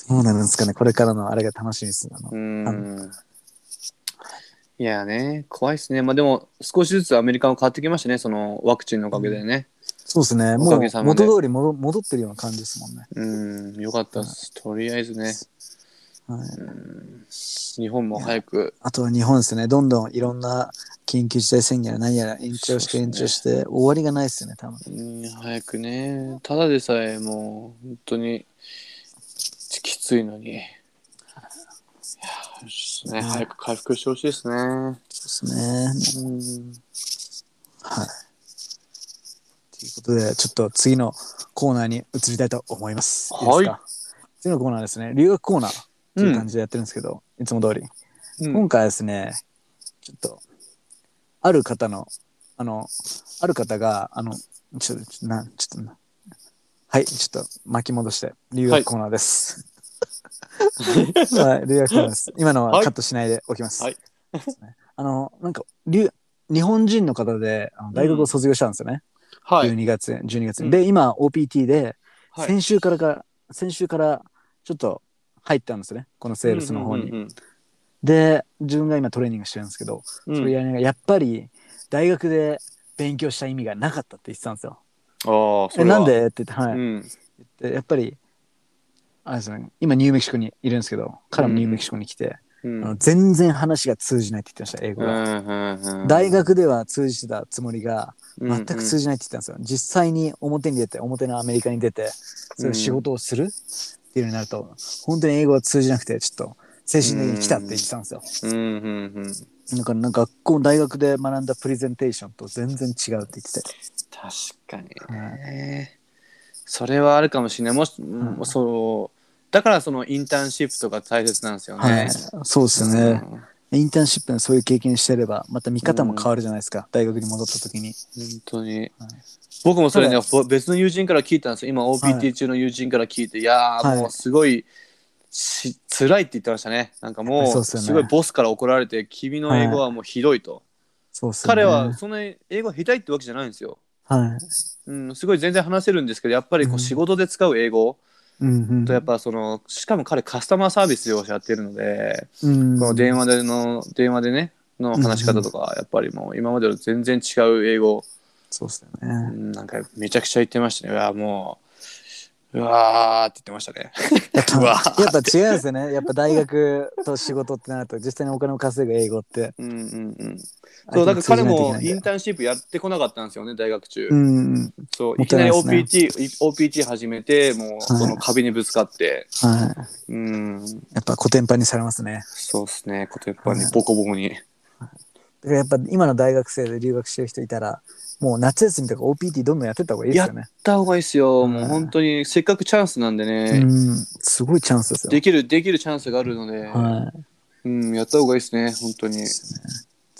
Speaker 3: どうなるんですかねこれからのあれが楽しみですねあの
Speaker 2: うんいやね怖いですねまあでも少しずつアメリカも変わってきましたねそのワクチンのおかげでね
Speaker 3: そうですね
Speaker 2: お
Speaker 3: もう
Speaker 2: かげさまで
Speaker 3: 元通り戻戻ってるような感じですもんね、
Speaker 2: うんよかったですとりあえずね
Speaker 3: はい、
Speaker 2: うん日本も早く
Speaker 3: あとは日本ですねどんどんいろんな緊急事態宣言やら何やら延長して
Speaker 2: そう
Speaker 3: 延
Speaker 2: ですね
Speaker 3: 長して、終わりがないですよね多分
Speaker 2: うん早くねただでさえもう本当にきついのにいやですね早く回復してほしいですね
Speaker 3: そうですね。
Speaker 2: うん
Speaker 3: はい。ということで、ちょっと次のコーナーに移りたいと思います。
Speaker 2: はい
Speaker 3: いですか次のコーナーですね、留学コーナーっていう感じでやってるんですけど、いつも通り。
Speaker 2: うん
Speaker 3: 今回はですね、ちょっと、ある方の、あの、ある方が、あの、ちょっと、な、ちょっとな、はい、ちょっと巻き戻して、留学コーナーです。 はい、留学コーナーです。今のはカットしないでおきます。
Speaker 2: はい
Speaker 3: ですねあの、なんか、留日本人の方であの大学を卒業したんですよね。
Speaker 2: はい
Speaker 3: 12月、12月に。で、今、OPT で、
Speaker 2: はい
Speaker 3: 先週からか、先週から、ちょっと入ったんですよね。このセールスの方に。
Speaker 2: うんうん
Speaker 3: で、自分が今トレーニングしてるんですけど、
Speaker 2: うん
Speaker 3: それやりながらやっぱり大学で勉強した意味がなかったって言ってたんですよ。
Speaker 2: ああそ
Speaker 3: え
Speaker 2: れは
Speaker 3: なんでって言って、はい
Speaker 2: うん
Speaker 3: でやっぱりあれです、ね、今ニューメキシコにいるんですけど彼もニューメキシコに来て、
Speaker 2: うん
Speaker 3: あの全然話が通じないって言ってました英語が。
Speaker 2: うんうん
Speaker 3: 大学では通じてたつもりが全く通
Speaker 2: じ
Speaker 3: じないって言ってたんですよ、実際に表に出て表のアメリカに出てそういう仕事をするっていうようになると本当に英語が通じなくてちょっと精神的に来たって言ってたんですよ、
Speaker 2: うんうんうん
Speaker 3: なんかなんか学校大学で学んだプレゼンテーションと全然違うって言ってて、
Speaker 2: 確かにねそれはあるかもしれない。もし、
Speaker 3: ん
Speaker 2: そう、だからそのインターンシップとか大切なんですよね。
Speaker 3: はい、そうですね、
Speaker 2: うん
Speaker 3: インターンシップのそういう経験してればまた見方も変わるじゃないですか、大学に戻った時に
Speaker 2: 本当に、僕もそれね
Speaker 3: た
Speaker 2: ぼ別の友人から聞いたんですよ今
Speaker 3: は
Speaker 2: OPT
Speaker 3: い
Speaker 2: 中の友人から聞いて、い、やー、
Speaker 3: はい
Speaker 2: もうすごいし辛いって言ってましたねなんか
Speaker 3: やっぱ
Speaker 2: も
Speaker 3: りそう
Speaker 2: う
Speaker 3: っすよね
Speaker 2: すごいボスから怒られて君の英語はもうひどいと、
Speaker 3: そうっすよね
Speaker 2: 彼はそんなに英語下手いってわけじゃないんですよ、
Speaker 3: はい
Speaker 2: うん、すごい全然話せるんですけどやっぱりこ
Speaker 3: う
Speaker 2: うん仕事で使う英語
Speaker 3: うんうん
Speaker 2: とやっぱそのしかも彼カスタマーサービスをやってるので、
Speaker 3: うん
Speaker 2: この電話での電話でねの話し方とかやっぱりもう今までと全然違う英語
Speaker 3: そうっすよね
Speaker 2: うんなんかめちゃくちゃ言ってましたね。うわもう、うわーって言ってました ね。
Speaker 3: やっぱ
Speaker 2: うわ
Speaker 3: やっぱ違うんですよねやっぱ大学と仕事ってなると実際にお金を稼ぐ英語って
Speaker 2: うんうんうん。そう、だから彼もインターンシップやってこなかったんですよね、大学中。
Speaker 3: うんうん
Speaker 2: そう、
Speaker 3: も
Speaker 2: い
Speaker 3: っ
Speaker 2: き
Speaker 3: たい
Speaker 2: な
Speaker 3: な
Speaker 2: り
Speaker 3: いですね
Speaker 2: OPT、い OPT 始めて、もうその壁にぶつかって、
Speaker 3: はい
Speaker 2: うん、
Speaker 3: やっぱコテンパンにされますね。
Speaker 2: そうですね、ことやっぱり
Speaker 3: はい
Speaker 2: ボコボコに。
Speaker 3: だからやっぱ今の大学生で留学してる人いたら、もう夏休みとか OPT どんどんやってった方がいいですよね。
Speaker 2: 行った方がいいですよ、もう
Speaker 3: はい
Speaker 2: 本当に、せっかくチャンスなんで
Speaker 3: う
Speaker 2: ね、
Speaker 3: ん、すごいチャンスですよ。
Speaker 2: できる、できるチャンスがあるので、
Speaker 3: は
Speaker 2: うん、やった方がいいですね、本当に。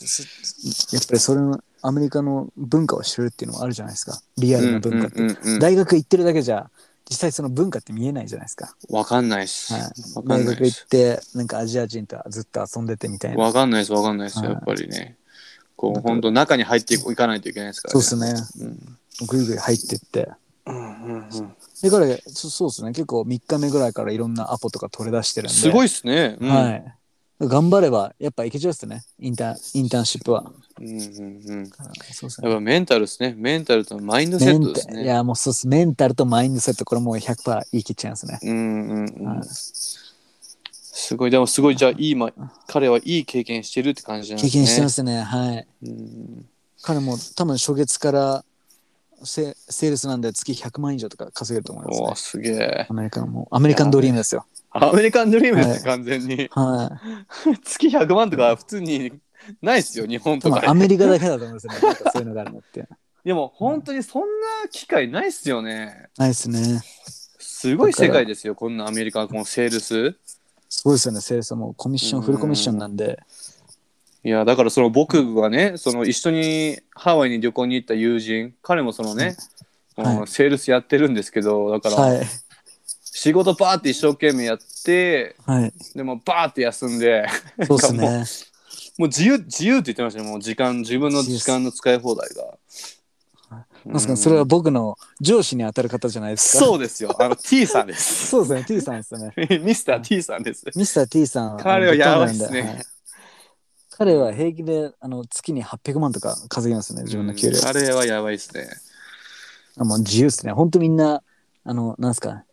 Speaker 3: い、やっぱりそれのアメリカの文化を知るっていうのもあるじゃないですか。リアルな文化って。
Speaker 2: うんうんうんうん
Speaker 3: 大学行ってるだけじゃ、実際その文化って見えないじゃないですか。
Speaker 2: わかんないっす。
Speaker 3: はい
Speaker 2: わか
Speaker 3: 大
Speaker 2: んない
Speaker 3: 学
Speaker 2: っ
Speaker 3: 行
Speaker 2: す
Speaker 3: っ。て、なんかアジア人とずっと遊んでてみたいな。
Speaker 2: わかんないです、わかんないです、
Speaker 3: はい
Speaker 2: やっぱりね。こう、本当中に入っていかないといけないですから、
Speaker 3: そうですね。
Speaker 2: うん。
Speaker 3: ぐいぐい入ってって。
Speaker 2: うんうんうん
Speaker 3: で、彼、そそうですね。結構3日目ぐらいからいろんなアポとか取れ出してるんで。
Speaker 2: すごいっすね。うん
Speaker 3: はい。頑張れば、やっぱいけちゃうっすね。インターン、インターンシップは。
Speaker 2: うんうんうん。
Speaker 3: そうっす
Speaker 2: やっ
Speaker 3: ね。
Speaker 2: ぱメンタルですね。メンタルとマインドセ
Speaker 3: メ
Speaker 2: ット
Speaker 3: ンタ
Speaker 2: です
Speaker 3: い
Speaker 2: ね。
Speaker 3: や、もうそうっす。メンタルとマインドセット、これもう100%言い切っちゃいますね。
Speaker 2: うんうんう
Speaker 3: は
Speaker 2: ん
Speaker 3: い。
Speaker 2: すごい、でもすごい、じゃあ、いい、ま、彼はいい経験してるって感じなんです
Speaker 3: 経
Speaker 2: ね。。
Speaker 3: 験してますすね。はい。
Speaker 2: うん、
Speaker 3: 彼も多分初月からセセールスなんで月100万円以上とか稼げると思います、
Speaker 2: お
Speaker 3: ね
Speaker 2: ー。すげえ
Speaker 3: ア。メリカのもう、アメリカンドリームですよ。
Speaker 2: アメリカンドリームですね、
Speaker 3: はい
Speaker 2: 完全に。
Speaker 3: はい。
Speaker 2: 月100万とか普通にないっすよ、日本
Speaker 3: 多
Speaker 2: とか
Speaker 3: 分
Speaker 2: で。
Speaker 3: アメリカだけだと思うんですよね。 なんかそういうのがあるのって。
Speaker 2: でも本当にそんな機会ないっすよね。
Speaker 3: ないですね。
Speaker 2: すごい世界ですよ、こんなアメリカ、このセールス。
Speaker 3: すごいですよね。セールスはもうコミッショ
Speaker 2: う
Speaker 3: ン、
Speaker 2: ん
Speaker 3: フルコミッションなんで。
Speaker 2: いや、だからその僕がね、その一緒にハワイに旅行に行った友人、彼もそのね、
Speaker 3: はい
Speaker 2: あのセールスやってるんですけど、だから
Speaker 3: はい。
Speaker 2: 仕事バーって一生懸命やって、
Speaker 3: はい。
Speaker 2: でもバーって休んで、
Speaker 3: そうですね。
Speaker 2: もう自由、自由って言ってましたね、もう時間、自分の時間の使い放題が。
Speaker 3: 確かにそれは僕の上司に当たる方じゃないですか。
Speaker 2: そうですよ、あの T さんです。
Speaker 3: そうですね、T さんですよね。
Speaker 2: ミスター T さんです。
Speaker 3: ミスター T さん。
Speaker 2: 彼はやばいっす
Speaker 3: あのド
Speaker 2: ね
Speaker 3: ットなんではい彼は平気であの月に800万とか稼ぎますね、自分の給料。
Speaker 2: うん彼はやばいですね。
Speaker 3: あもう自由ですね。本当みんな、あの、なんですか、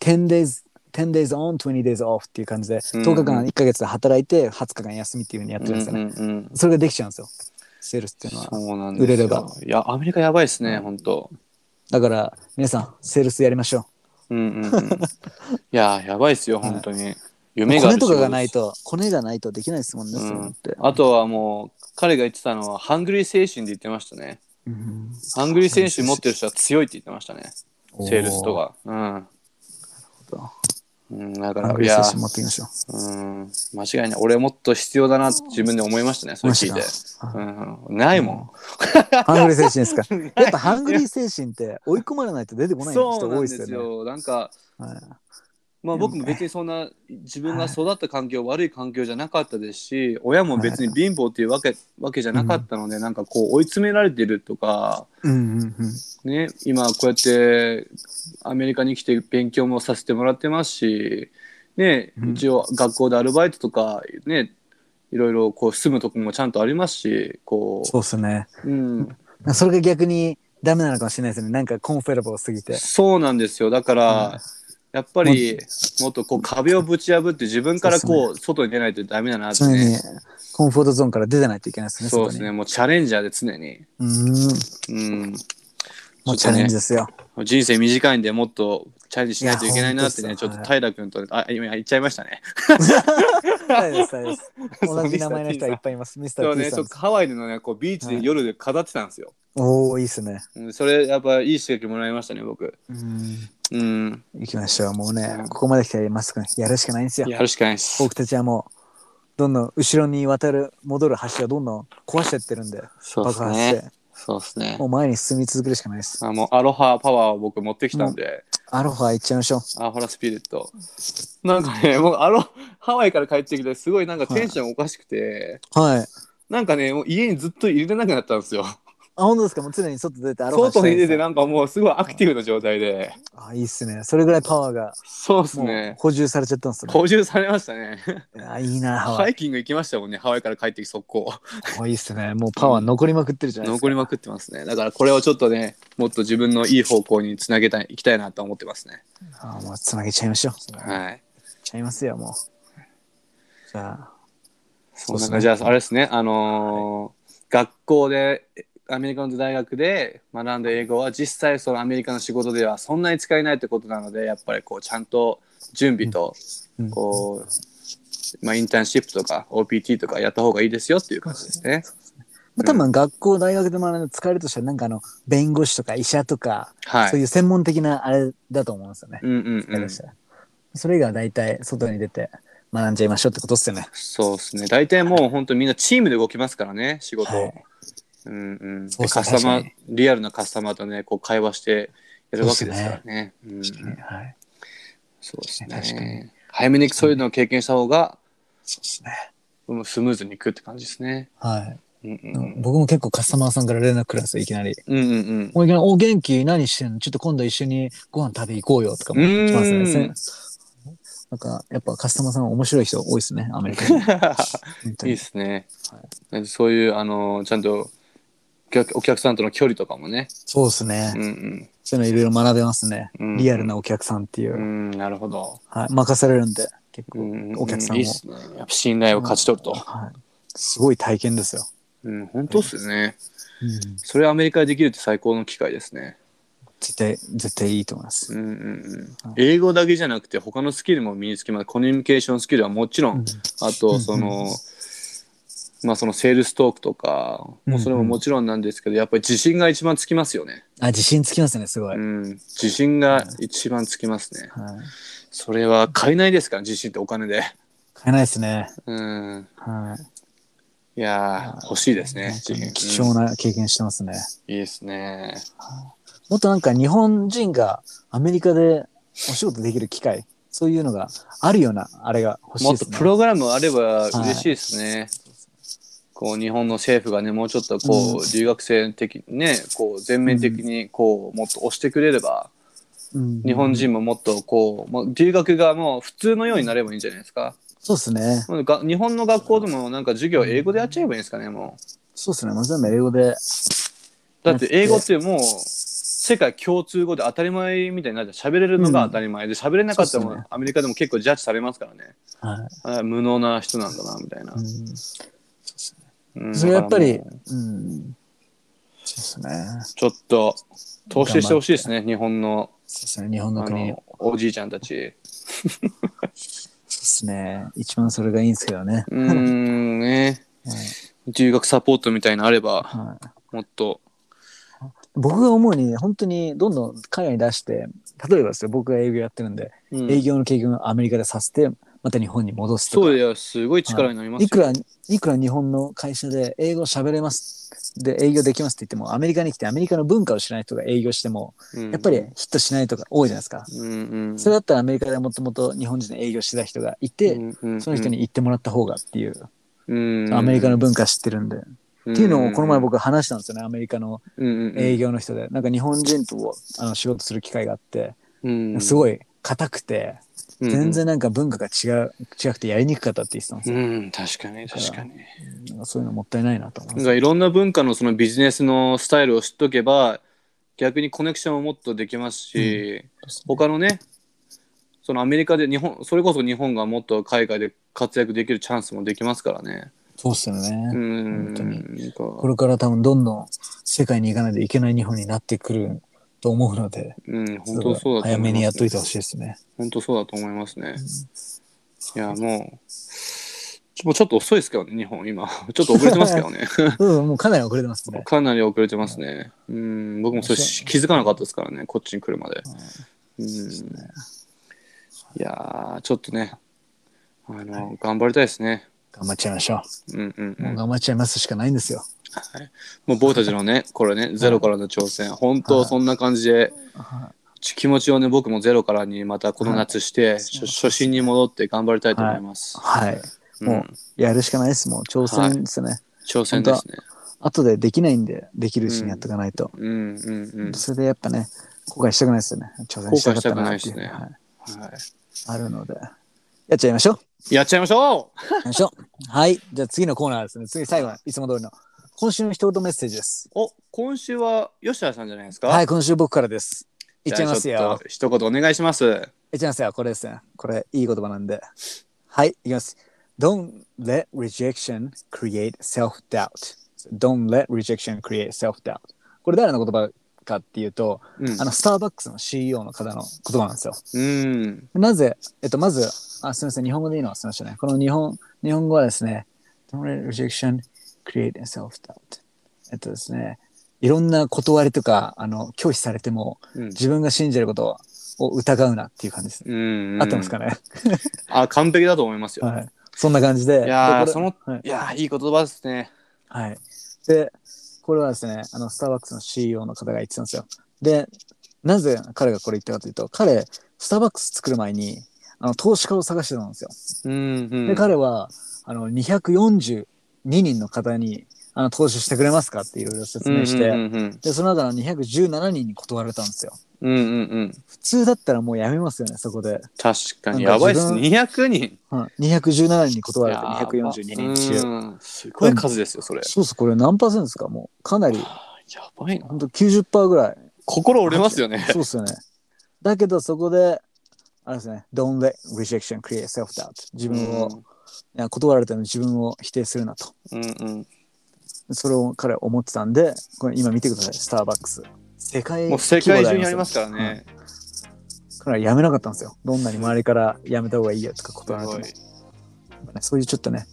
Speaker 3: 10 days, 10 days on, 20 days off っていう感じで、
Speaker 2: うん
Speaker 3: 10日間、1ヶ月で働いて、20日間休みっていうふうにやってるんですよね。
Speaker 2: うんうんうん
Speaker 3: それができちゃうんですよ、セールスっていうのは。
Speaker 2: そうなんですよ
Speaker 3: 売れれば。
Speaker 2: いや、アメリカやばいですね、本当。
Speaker 3: だから、皆さん、セールスやりましょ
Speaker 2: うんうんうん。いや、やばいですよ、本当に。
Speaker 3: う。
Speaker 2: 夢
Speaker 3: コ
Speaker 2: がある
Speaker 3: ネとかがない
Speaker 2: 仕事
Speaker 3: と、コネがないとできないですもんね、
Speaker 2: です。
Speaker 3: そういう
Speaker 2: う
Speaker 3: のっ
Speaker 2: ん
Speaker 3: て。
Speaker 2: あとはもう、彼が言ってたのは、ハングリー精神で言ってましたね。
Speaker 3: うん
Speaker 2: ハングリー精神持ってる人は強いって言ってましたね。セールスとか。うん。
Speaker 3: ど
Speaker 2: うん、だか
Speaker 3: ハン
Speaker 2: ら、
Speaker 3: グ
Speaker 2: い
Speaker 3: リー
Speaker 2: や、
Speaker 3: 精神持っていきましょう。
Speaker 2: うん、間違いない。俺もっと必要だなって自分で思いましたね、それ聞いて
Speaker 3: マジ。
Speaker 2: うん、ないも
Speaker 3: ハングリー精神です か。やっぱハングリー精神って追い込まれないと出てこ
Speaker 2: ん。
Speaker 3: ない
Speaker 2: そ
Speaker 3: 人
Speaker 2: うな
Speaker 3: 多
Speaker 2: ん
Speaker 3: い
Speaker 2: で
Speaker 3: です
Speaker 2: す
Speaker 3: よね。
Speaker 2: よ。なんか、
Speaker 3: はい
Speaker 2: まあ、
Speaker 3: でも
Speaker 2: 僕も別にそんな自分が育った環境、悪い環境じゃなかったですし親も別に貧乏っていうわけわけじゃなかったので、なんかこう追い詰められてるとか、
Speaker 3: うんうんうん。
Speaker 2: ね、今こうやってアメリカに来て勉強もさせてもらってますし、ね、
Speaker 3: うん
Speaker 2: 一応学校でアルバイトとか、ね、いろいろこう住むとこもちゃんとありますしこ
Speaker 3: そうですね。
Speaker 2: う、うん、
Speaker 3: それが逆にダメなのかもしれないですね。なんかコンフェラボーすぎて。
Speaker 2: そうなんですよだから、
Speaker 3: うん
Speaker 2: やっぱりもっとこう壁をぶち破って自分からこう外に出ないとダメだなって
Speaker 3: 常
Speaker 2: ね。
Speaker 3: にコンフォートゾーンから出てないといけないですね。
Speaker 2: そ
Speaker 3: こ
Speaker 2: うで
Speaker 3: に
Speaker 2: すね、。もうチャレンジャーで常に。
Speaker 3: うん。
Speaker 2: うん。
Speaker 3: もうチャレンジですよ。
Speaker 2: 人生短いんで、もっとチャレンジしないといけないなって
Speaker 3: い
Speaker 2: ね
Speaker 3: や
Speaker 2: ちょっと
Speaker 3: 本当
Speaker 2: 平君とあ今言っちゃいましたね
Speaker 3: そうですそう です同じ名前の人はいっ
Speaker 2: が
Speaker 3: ぱいいますミスタ
Speaker 2: そ
Speaker 3: ー
Speaker 2: う
Speaker 3: T
Speaker 2: ね
Speaker 3: さ
Speaker 2: ち
Speaker 3: んで
Speaker 2: ょっ
Speaker 3: す
Speaker 2: とハワイのねこうビーチで夜で飾ってたんですよ、
Speaker 3: おおいいですね
Speaker 2: うんそれやっぱいい刺激もらいましたね僕
Speaker 3: うん
Speaker 2: うん
Speaker 3: 行きましょうもうね
Speaker 2: うん
Speaker 3: ここまで来たらマスクやるしかないんですよ
Speaker 2: やるしかないです
Speaker 3: 僕たちはもうどんどん後ろに渡る戻る橋をどんどん壊してってるんで
Speaker 2: そうで
Speaker 3: 爆
Speaker 2: す
Speaker 3: 発して
Speaker 2: ねそうですね
Speaker 3: もう前に進み続けるしかないです
Speaker 2: あもうアロハパワーを僕持ってきたんで、
Speaker 3: アロハ行っちゃいましょう
Speaker 2: アロハスピリットなんかねもうアロハワイから帰ってきてすごいなんかテンションおかしくて、
Speaker 3: はいあ
Speaker 2: なんかねもう家にずっと入れてなくなったんですよ
Speaker 3: 本当ですかもう常に外出てアロハ
Speaker 2: 外に出て
Speaker 3: な
Speaker 2: なんかもうすごいアクティブな状態で
Speaker 3: あいいっすねそれぐらいパワーが
Speaker 2: そうです
Speaker 3: もう
Speaker 2: ね
Speaker 3: 補充されちゃったんですね
Speaker 2: 補充されましたね
Speaker 3: あいいなハワ
Speaker 2: ハ
Speaker 3: イ
Speaker 2: イキング行きましたもんねハワイから帰ってきて速攻
Speaker 3: おいいっすねもうパワー残りまくってるじゃないですか
Speaker 2: 残りまくってますねだからこれをちょっとねもっと自分のいい方向につなげたいいきたいなと思ってますね
Speaker 3: あもうつなげちゃいましょうい
Speaker 2: はい
Speaker 3: ちゃいますよもうじゃあ
Speaker 2: そ
Speaker 3: うんです
Speaker 2: な
Speaker 3: ね
Speaker 2: 感じじゃああれですねあのー学校でえアメリカの大学で学んだ英語は実際そのアメリカの仕事ではそんなに使えないってことなのでやっぱりこうちゃんと準備と
Speaker 3: うん
Speaker 2: こう、まあ、インターンシップとか OPT とかやった方がいいですよっていう感じですね。
Speaker 3: まあ、多分学校大学で学んで使えるとしたらなんかあの弁護士とか医者とか、
Speaker 2: はい。
Speaker 3: そういう専門的なあれだと思うんですよね、
Speaker 2: うんうん
Speaker 3: 使える
Speaker 2: うん
Speaker 3: とし。たらそれ以外は大体外に出て学んじゃいましょうってことっすよね
Speaker 2: そうですね。大体もう本当みんなチームで動きますからね、仕事。
Speaker 3: はい
Speaker 2: うんうん。
Speaker 3: そうっすね
Speaker 2: カスタマ
Speaker 3: 確か
Speaker 2: ー、リアルなカスタマーとね、こう会話してやるわけですからね。うん
Speaker 3: 確かにはい
Speaker 2: そうです
Speaker 3: 確かに
Speaker 2: ね。早めにそういうのを経験した方が、
Speaker 3: そうですね
Speaker 2: うんスムーズにいくって感じですね。
Speaker 3: はい、
Speaker 2: うんう
Speaker 3: うん
Speaker 2: ん
Speaker 3: 僕も結構カスタマーさんから連絡来るんですよいきなり
Speaker 2: うん。うんうん
Speaker 3: もういきなり「お元気何してんのちょっと今度一緒にご飯食べ行こうよ」とかも来ます
Speaker 2: う
Speaker 3: ね
Speaker 2: ん
Speaker 3: せんなんかやっぱカスタマーさんは面白い人多いですねアメリカ 人本当
Speaker 2: うん。いい
Speaker 3: に
Speaker 2: ですね
Speaker 3: は。
Speaker 2: そういう、あの、ちゃんと、お客お客さんとの距離とかもね。
Speaker 3: そうですね、
Speaker 2: うんうん。
Speaker 3: そういうのいろいろ学べますね、
Speaker 2: うん
Speaker 3: リアルなお客さんっていう、
Speaker 2: うん、なるほど。
Speaker 3: はい、任されるんで結
Speaker 2: う
Speaker 3: 構
Speaker 2: ん
Speaker 3: お客さんを、
Speaker 2: いいっすね。やっぱ信頼を勝ち取ると。
Speaker 3: はい、すごい体験ですよ、
Speaker 2: うん、本当っすよね。
Speaker 3: うん、
Speaker 2: それアメリカでできるって最高の機会ですね。
Speaker 3: 絶対絶対いいと思います、
Speaker 2: うんうんう
Speaker 3: はい、
Speaker 2: ん英語だけじゃなくて他のスキルも身につきます。コミュニケーションスキルはもちろん、
Speaker 3: うん
Speaker 2: あ
Speaker 3: うんう
Speaker 2: と
Speaker 3: ん
Speaker 2: その、まあそのセールストークとか、もうそれももちろんなんですけど、やっぱり自信が一番つきますよね。
Speaker 3: あ自信つきますねすごい、
Speaker 2: うん、自信が一番つきますね。
Speaker 3: はい、
Speaker 2: それは買えないですから、自信ってお金で。
Speaker 3: 買えないですね、
Speaker 2: うん、
Speaker 3: はい
Speaker 2: いやー欲しいですね。自信
Speaker 3: い、貴重な経験してますね、
Speaker 2: うんいいですね。
Speaker 3: もっとなんか日本人がアメリカでお仕事できる機会そういうのがあるようなあれが欲しい
Speaker 2: もっ
Speaker 3: で
Speaker 2: と
Speaker 3: すね
Speaker 2: プログラムあれば嬉しいですね。こう日本の政府がねもうちょっとこう、
Speaker 3: うん
Speaker 2: 留学生的にねこう全面的にこう、もっと押してくれれば
Speaker 3: うん
Speaker 2: 日本人ももっとこう、まあ、留学がもう普通のようになればいいんじゃないですか
Speaker 3: そうですね
Speaker 2: もうが日本の学校でもなんか授業英語でやっちゃえばいいんですかねもう
Speaker 3: そうですねもう全部英語で
Speaker 2: だって英語ってもう世界共通語で当たり前みたいになっちゃう喋れるのが当たり前で喋れなかったらも
Speaker 3: そうっす
Speaker 2: うアメリカでも結構ジャッジされますからね
Speaker 3: は
Speaker 2: あ無能な人なんだなみたいな、
Speaker 3: い、うん
Speaker 2: うん
Speaker 3: それやっぱ
Speaker 2: だ
Speaker 3: り、
Speaker 2: からもう
Speaker 3: うん。そうですね。
Speaker 2: ちょっと投資してほしいですね日本の
Speaker 3: そうですね。日本の
Speaker 2: あ
Speaker 3: 国。そう
Speaker 2: のおじいちゃんたち。
Speaker 3: ですね。一番それがいいんですけどね。
Speaker 2: うーんね。留学サポートみたいなのあれば
Speaker 3: はい、
Speaker 2: もっと。
Speaker 3: 僕が思うに、本当にどんどん海外に出して、例えばですよ、僕が営業やってるんで、
Speaker 2: うん
Speaker 3: 営業の経験をアメリカでさせて、また日本に戻すとか。
Speaker 2: そうやすごい力になります
Speaker 3: い
Speaker 2: よ。
Speaker 3: くら、いくら日本の会社で英語喋れます。で、営業できますって言っても、アメリカに来てアメリカの文化を知らない人が営業しても、
Speaker 2: うん
Speaker 3: やっぱりヒットしないとか多いじゃないですか。
Speaker 2: うんうん
Speaker 3: それだったらアメリカでもともと日本人で営業してた人がいて、その人に言ってもらった方がっていう、アメリカの文化知ってるんで。っていうのをこの前僕話したんですよね、アメリカの営業の人で。なんか日本人とあの仕事する機会があって、す
Speaker 2: い
Speaker 3: ごい硬くて、全。
Speaker 2: うん
Speaker 3: 然なんか文化が違う、違くてやりにくかったって言ってたんです
Speaker 2: う
Speaker 3: よ。
Speaker 2: ん、確かに確かに。
Speaker 3: なんかそういうのもったいないなと思い
Speaker 2: なん
Speaker 3: ます。
Speaker 2: かいろんな文化のそのビジネスのスタイルを知っとけば逆にコネクションももっとできますし、他のねそのアメリカで日本それこそ日本がもっと海外で活躍できるチャンスもできますからね。
Speaker 3: そうっすよね。
Speaker 2: うん
Speaker 3: 本当に
Speaker 2: なん
Speaker 3: こ
Speaker 2: か
Speaker 3: れから多分どんどん世界に行かないといけない日本になってくると思うので、
Speaker 2: うん、本当そうだと思います、ね。
Speaker 3: 早めにやっといてほしいですね。
Speaker 2: 本当そうだと思いますね。いや、もう、ちょもうちょっと遅いですけどね、日本、今。 ちょっと遅れてますけどね。
Speaker 3: うん、もうかなり遅れてますね。
Speaker 2: かなり遅れてますね。うん、僕もそれし気づかなかったですからね、こっちに来るまで。うん、いやー、ちょっとね、あの、頑張りたいですね。
Speaker 3: 頑張っちゃいましょ
Speaker 2: うんうん
Speaker 3: う。
Speaker 2: う。
Speaker 3: もうん頑張っちゃいますしかないんですよ。
Speaker 2: もう僕たちのね、これね、ゼロからの挑戦、本当そんな感じで、ち気持ちをね、僕もゼロからにまたこの夏して、しょ初心に戻って頑張りたいと思います。
Speaker 3: はい。も
Speaker 2: うん
Speaker 3: う、やるしかないです。もう、挑戦ですね。
Speaker 2: 挑戦ですね。
Speaker 3: 後でできないんで、できるうちにやっとかないと。
Speaker 2: うんうんうん。
Speaker 3: それでやっぱね、後悔したくないですよね。挑戦したかったなっていう。
Speaker 2: 後悔したく
Speaker 3: は
Speaker 2: ないは
Speaker 3: あるので。やっちゃいましょう。
Speaker 2: い、やっちゃいましょう
Speaker 3: やりましょ う。はい。じゃあ次のコーナーですね。次、最後は、いつも通りの。今週の一言メッセージです。
Speaker 2: お今週は吉田さんじゃないですか
Speaker 3: はいい、今週僕からです。いっちゃいますよ。
Speaker 2: 一言お願いします
Speaker 3: いっちゃいますよ。これですね。これ、いい言葉なんで。はい、いきます。Don't let rejection create self-doubt. Don't let rejection create self-doubt. これ誰の言葉かっていうと、
Speaker 2: うん
Speaker 3: あの、スターバックスの CEO の方の言葉なんですよ。
Speaker 2: うん
Speaker 3: なぜ、えっと、まず、あ、すみません、日本語でいいの忘れましたね。この日本、日本語はですね、don't let rejection create self-doubt。えっとですね、いろんな断りとか、あの、拒否されても、
Speaker 2: うん
Speaker 3: 自分が信じることを疑うなっていう感じですね。
Speaker 2: うん
Speaker 3: 合ってますかね、
Speaker 2: あ完璧だと思いますよ、
Speaker 3: はい。そんな感じで。
Speaker 2: い、やー
Speaker 3: で
Speaker 2: その
Speaker 3: これはい
Speaker 2: いやーいい言葉ですね
Speaker 3: はい。で、これはですね、あの、スターバックスの CEO の方が言ってたんですよ。で、なぜ彼がこれ言ったかというと、彼、スターバックス作る前に、あの、投資家を探してたんですよ。
Speaker 2: うんうん
Speaker 3: で、彼は、あの、242人の方に、あの、投資してくれますかっていろいろ説明して、
Speaker 2: うんうん
Speaker 3: で、その中の217人に断られたんですよ。
Speaker 2: うんうんうんうん
Speaker 3: 普通だったらもうやめますよね、そこで。
Speaker 2: 確かに
Speaker 3: な
Speaker 2: や
Speaker 3: んか
Speaker 2: ばい
Speaker 3: 自
Speaker 2: で
Speaker 3: 分
Speaker 2: す200人
Speaker 3: うん、217人に断られて、
Speaker 2: やば
Speaker 3: 242人中。
Speaker 2: うんすごい数ですよそれ
Speaker 3: そうそう、これ何パーセントですかもう、かなり、
Speaker 2: やばいな
Speaker 3: ほんと90%ぐらい。
Speaker 2: 心折れますよね
Speaker 3: そうっすよね。だけど、そこで、あれですね、don't let rejection create self-doubt。自分を、いや断られても自分を否定するなと。
Speaker 2: うんうん
Speaker 3: それを彼は思ってたんで、これ今見てください、スターバックス。世界
Speaker 2: うんもう世界中にありますからね、
Speaker 3: す。彼はやめなかったんですよ。どんなに周りからやめた方がいいよとか断られ
Speaker 2: す
Speaker 3: て
Speaker 2: ご
Speaker 3: も、
Speaker 2: い
Speaker 3: ね。そういうちょっとね、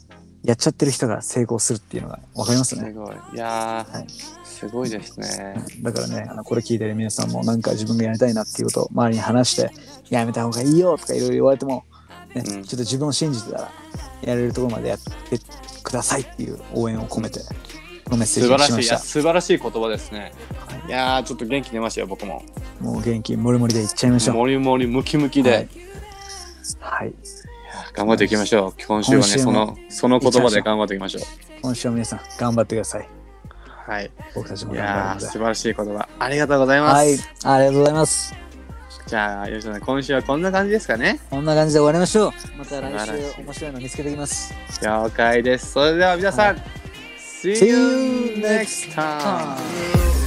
Speaker 3: やっちゃってる人が成功するっていうのが分かりますよ
Speaker 2: す
Speaker 3: ね。
Speaker 2: ごい。いやー、
Speaker 3: はい
Speaker 2: すごいですね。
Speaker 3: だからね、あのこれ聞いてる皆さんもなんか自分がやりたいなっていうことを周りに話して、やめた方がいいよとかいろいろ言われても、ね、
Speaker 2: うん
Speaker 3: ちょっと自分を信じてたら、やれるところまでやってくださいっていう応援を込めて、このメッセー
Speaker 2: 素
Speaker 3: ジ
Speaker 2: 晴
Speaker 3: に
Speaker 2: ら
Speaker 3: し
Speaker 2: しい
Speaker 3: ま
Speaker 2: い
Speaker 3: し
Speaker 2: や、
Speaker 3: た。
Speaker 2: 素晴らしい言葉ですね。いやー、ちょっと元気出ましたよ、僕も。
Speaker 3: もう元気もりもりでいっちゃいましょう。
Speaker 2: もりもりムキムキで、
Speaker 3: はいはい。
Speaker 2: 頑張っていきましょう。今週はね、
Speaker 3: 今週
Speaker 2: そ
Speaker 3: も
Speaker 2: の、その言葉で
Speaker 3: いきましょう
Speaker 2: 頑張っていきましょう。
Speaker 3: 今週も皆さん頑張ってください。
Speaker 2: はい。
Speaker 3: 僕たちも
Speaker 2: い
Speaker 3: 頑張
Speaker 2: や
Speaker 3: る
Speaker 2: ー、
Speaker 3: の
Speaker 2: 素
Speaker 3: で。
Speaker 2: 晴らしい言葉。ありがとうございます。
Speaker 3: はい、ありがとうございます。
Speaker 2: じゃあ、吉田さん、今週はこんな感じですかね。
Speaker 3: こんな感じで終わりましょう。また
Speaker 2: 素晴ら
Speaker 3: 来
Speaker 2: し
Speaker 3: 週
Speaker 2: い
Speaker 3: 面白いの見つけてきます。
Speaker 2: 了解です。それでは皆さん、See
Speaker 3: See you
Speaker 2: you next
Speaker 3: next
Speaker 2: time!
Speaker 3: time.